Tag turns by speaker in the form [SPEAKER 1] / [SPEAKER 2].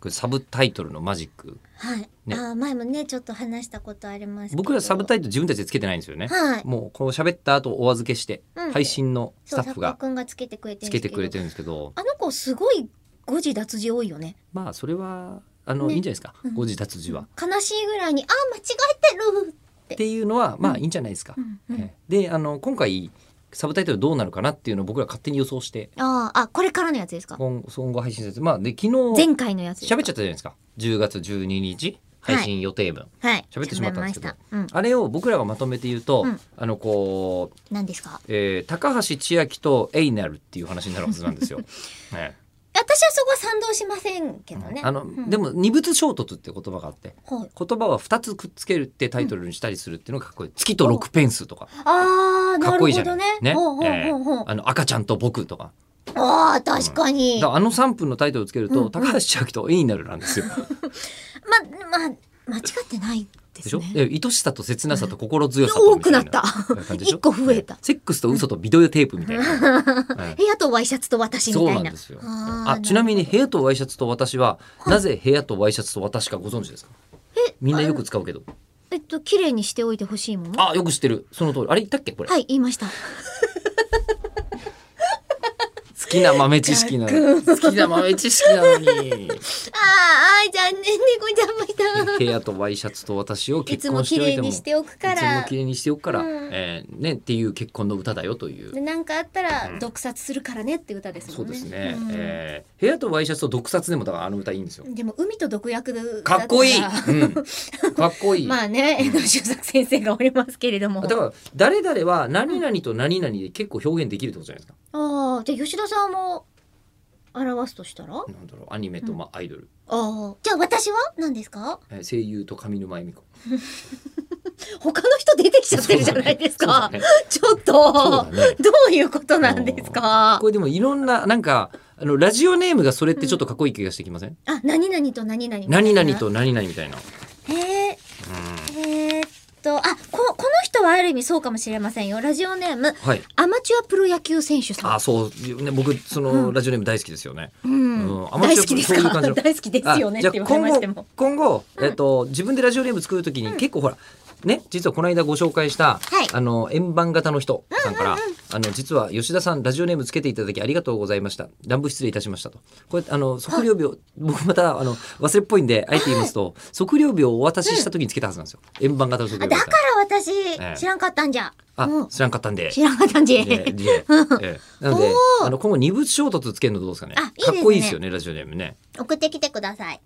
[SPEAKER 1] これサブタイトルのマジック
[SPEAKER 2] はい。
[SPEAKER 1] ね
[SPEAKER 2] あー前もねちょっと話したことありますけど。
[SPEAKER 1] 僕らサブタイトル自分たちでつけてないんですよね、
[SPEAKER 2] はい。
[SPEAKER 1] もうこう喋った後お預けして
[SPEAKER 2] うん
[SPEAKER 1] 配信のス
[SPEAKER 2] そ
[SPEAKER 1] タ
[SPEAKER 2] う
[SPEAKER 1] ッフ
[SPEAKER 2] 作家
[SPEAKER 1] が
[SPEAKER 2] くんがつけてくれて
[SPEAKER 1] つ
[SPEAKER 2] るんで
[SPEAKER 1] け
[SPEAKER 2] す
[SPEAKER 1] て
[SPEAKER 2] ど
[SPEAKER 1] くれてるんですけど
[SPEAKER 2] あの子すごい誤字脱字多いよね。
[SPEAKER 1] まあそれはあの、
[SPEAKER 2] ね
[SPEAKER 1] いいんじゃないですか
[SPEAKER 2] うん
[SPEAKER 1] 誤字脱字は、っ
[SPEAKER 2] 悲しいぐらいにあー間違えてる。
[SPEAKER 1] ていうのはまあいいんじゃないですか、
[SPEAKER 2] うんうん
[SPEAKER 1] ええであの今回サブタイトルどうなるかなっていうのを僕ら勝手に予想して
[SPEAKER 2] あーあこれからのやつですか。
[SPEAKER 1] 今今後配信するまあで昨日
[SPEAKER 2] 前回のやつですか。
[SPEAKER 1] 喋っちゃったじゃないですか10月12日配信予定分、
[SPEAKER 2] はい。
[SPEAKER 1] 喋ってしまったんですけど
[SPEAKER 2] 喋りました。
[SPEAKER 1] あれを僕らがまとめて言うと、
[SPEAKER 2] うん
[SPEAKER 1] あのこう、
[SPEAKER 2] うん。なんですか。
[SPEAKER 1] えー高橋千明とエイナルっていう話になるはずなん ですよ。ね
[SPEAKER 2] 私はそこは賛同しませんけどね。
[SPEAKER 1] あの、
[SPEAKER 2] うん
[SPEAKER 1] でも二物衝突って言葉があって
[SPEAKER 2] はい。
[SPEAKER 1] 言葉は二つくっつけるってタイトルにしたりするっていうのがかっこいい。月と六ペンスとか
[SPEAKER 2] あ
[SPEAKER 1] か
[SPEAKER 2] あな
[SPEAKER 1] っ
[SPEAKER 2] る
[SPEAKER 1] こい
[SPEAKER 2] ほ
[SPEAKER 1] いじゃな
[SPEAKER 2] ど
[SPEAKER 1] い。
[SPEAKER 2] ね。
[SPEAKER 1] ね
[SPEAKER 2] ほうほう
[SPEAKER 1] え
[SPEAKER 2] ほうほう
[SPEAKER 1] ー。あの赤ちゃんと僕とか。
[SPEAKER 2] ああ確かに。
[SPEAKER 1] だからあの三分のタイトルをつけると、
[SPEAKER 2] うん
[SPEAKER 1] 高橋千明とエイナルなんですよ。
[SPEAKER 2] まま間違ってない
[SPEAKER 1] で
[SPEAKER 2] で
[SPEAKER 1] すしょ？
[SPEAKER 2] ね。
[SPEAKER 1] え愛しさと切なさと心強さと
[SPEAKER 2] 多
[SPEAKER 1] みた
[SPEAKER 2] く
[SPEAKER 1] い
[SPEAKER 2] なった。
[SPEAKER 1] 感じでしょ
[SPEAKER 2] 一個増えた
[SPEAKER 1] ねセックスと嘘とビデオテープみたい な。はい
[SPEAKER 2] 部屋とワイシャツと私みたい
[SPEAKER 1] そう
[SPEAKER 2] な。
[SPEAKER 1] なんですよ。
[SPEAKER 2] あー
[SPEAKER 1] あ、ちなみに部屋とワイシャツと私は、なぜ部屋とワイシャツと私かご存知ですか。みんなよく使うけど。
[SPEAKER 2] えっと綺麗にしておいてほしいもの。
[SPEAKER 1] あ、よく知ってる。その通り。あれ言ったっけこれ。
[SPEAKER 2] はい言いました。
[SPEAKER 1] 好きな豆知識なの。好きな豆知識なの に。
[SPEAKER 2] あああー残念でございました。
[SPEAKER 1] 部屋とワイシャツと私を
[SPEAKER 2] いつ
[SPEAKER 1] 結
[SPEAKER 2] も
[SPEAKER 1] 婚して
[SPEAKER 2] 綺
[SPEAKER 1] おい
[SPEAKER 2] 麗
[SPEAKER 1] ても。
[SPEAKER 2] にしておくか
[SPEAKER 1] いつも
[SPEAKER 2] ら
[SPEAKER 1] 綺。麗にしておくから、
[SPEAKER 2] うん
[SPEAKER 1] えーねっていう結婚の歌だよという。
[SPEAKER 2] でなんかあった
[SPEAKER 1] う
[SPEAKER 2] ら
[SPEAKER 1] ん
[SPEAKER 2] 毒殺するからねって歌です
[SPEAKER 1] そうん
[SPEAKER 2] も
[SPEAKER 1] で
[SPEAKER 2] ね。
[SPEAKER 1] すね。
[SPEAKER 2] うん
[SPEAKER 1] えー部屋とワイシャツと毒殺でもだからあの歌いいんですよ。
[SPEAKER 2] でも海と毒薬だたら
[SPEAKER 1] かっこ いい。うん、かっこいい。
[SPEAKER 2] まあね遠藤周作先生がおりますけれども。
[SPEAKER 1] だから誰々は何々と何々で結構表現できるってことじゃないですか。
[SPEAKER 2] ああじゃあ吉田さんも表すとしたらあ
[SPEAKER 1] なんだろうアニメとまあアイドル、
[SPEAKER 2] あじゃあ私は何ですか
[SPEAKER 1] えー声優と上沼恵美子。
[SPEAKER 2] 他の人出てきちゃってるじゃないです
[SPEAKER 1] そうだ
[SPEAKER 2] か、
[SPEAKER 1] ね。
[SPEAKER 2] ちょっ
[SPEAKER 1] そう
[SPEAKER 2] と、
[SPEAKER 1] だね
[SPEAKER 2] どういうことなんですか
[SPEAKER 1] これでもいろんななんかあのラジオネームがそれってちょっとかっこいい気がしてきません？
[SPEAKER 2] あ何々と何々
[SPEAKER 1] 何々と何々みたいな。うん
[SPEAKER 2] えー、えーっとあここの人はある意味そうかもしれませんよラジオネーム
[SPEAKER 1] はい。
[SPEAKER 2] アマチュアプロ野球選手さ
[SPEAKER 1] あ
[SPEAKER 2] ん、
[SPEAKER 1] そうね僕そのラジオネーム大好きですよね。
[SPEAKER 2] うん
[SPEAKER 1] うんアマ
[SPEAKER 2] 大
[SPEAKER 1] チュ
[SPEAKER 2] 好
[SPEAKER 1] アプ
[SPEAKER 2] き
[SPEAKER 1] ロ
[SPEAKER 2] です
[SPEAKER 1] そういう
[SPEAKER 2] か
[SPEAKER 1] 感じの
[SPEAKER 2] 大好きですよねって
[SPEAKER 1] あじゃ
[SPEAKER 2] 言
[SPEAKER 1] あ
[SPEAKER 2] われ
[SPEAKER 1] 今
[SPEAKER 2] まして
[SPEAKER 1] 後
[SPEAKER 2] も
[SPEAKER 1] 今後、
[SPEAKER 2] うん
[SPEAKER 1] えっと自分でラジオネーム作るときに結構ほら、ね実はこの間ご紹介した、
[SPEAKER 2] はい
[SPEAKER 1] あの円盤型の人さんから、あの実は吉田さんラジオネームつけていただきありがとうございました乱舞失礼いたしましたとこれあの測量病、僕またあの忘れっぽいんであえて言いますと測量病をお渡ししたときにつけたはずなんですよ、円盤型の測
[SPEAKER 2] あ
[SPEAKER 1] 量
[SPEAKER 2] だ
[SPEAKER 1] 病
[SPEAKER 2] か
[SPEAKER 1] さん
[SPEAKER 2] ら私、
[SPEAKER 1] え
[SPEAKER 2] 知らんかったんじゃ
[SPEAKER 1] あ
[SPEAKER 2] うん
[SPEAKER 1] 知らんかったんで。
[SPEAKER 2] 知らんかったんじゃ、
[SPEAKER 1] ええでええなので
[SPEAKER 2] おー
[SPEAKER 1] あの今後二物衝突つけるのどうですかね
[SPEAKER 2] あいいですね
[SPEAKER 1] かっこいいですよねラジオネームね
[SPEAKER 2] 送ってきてください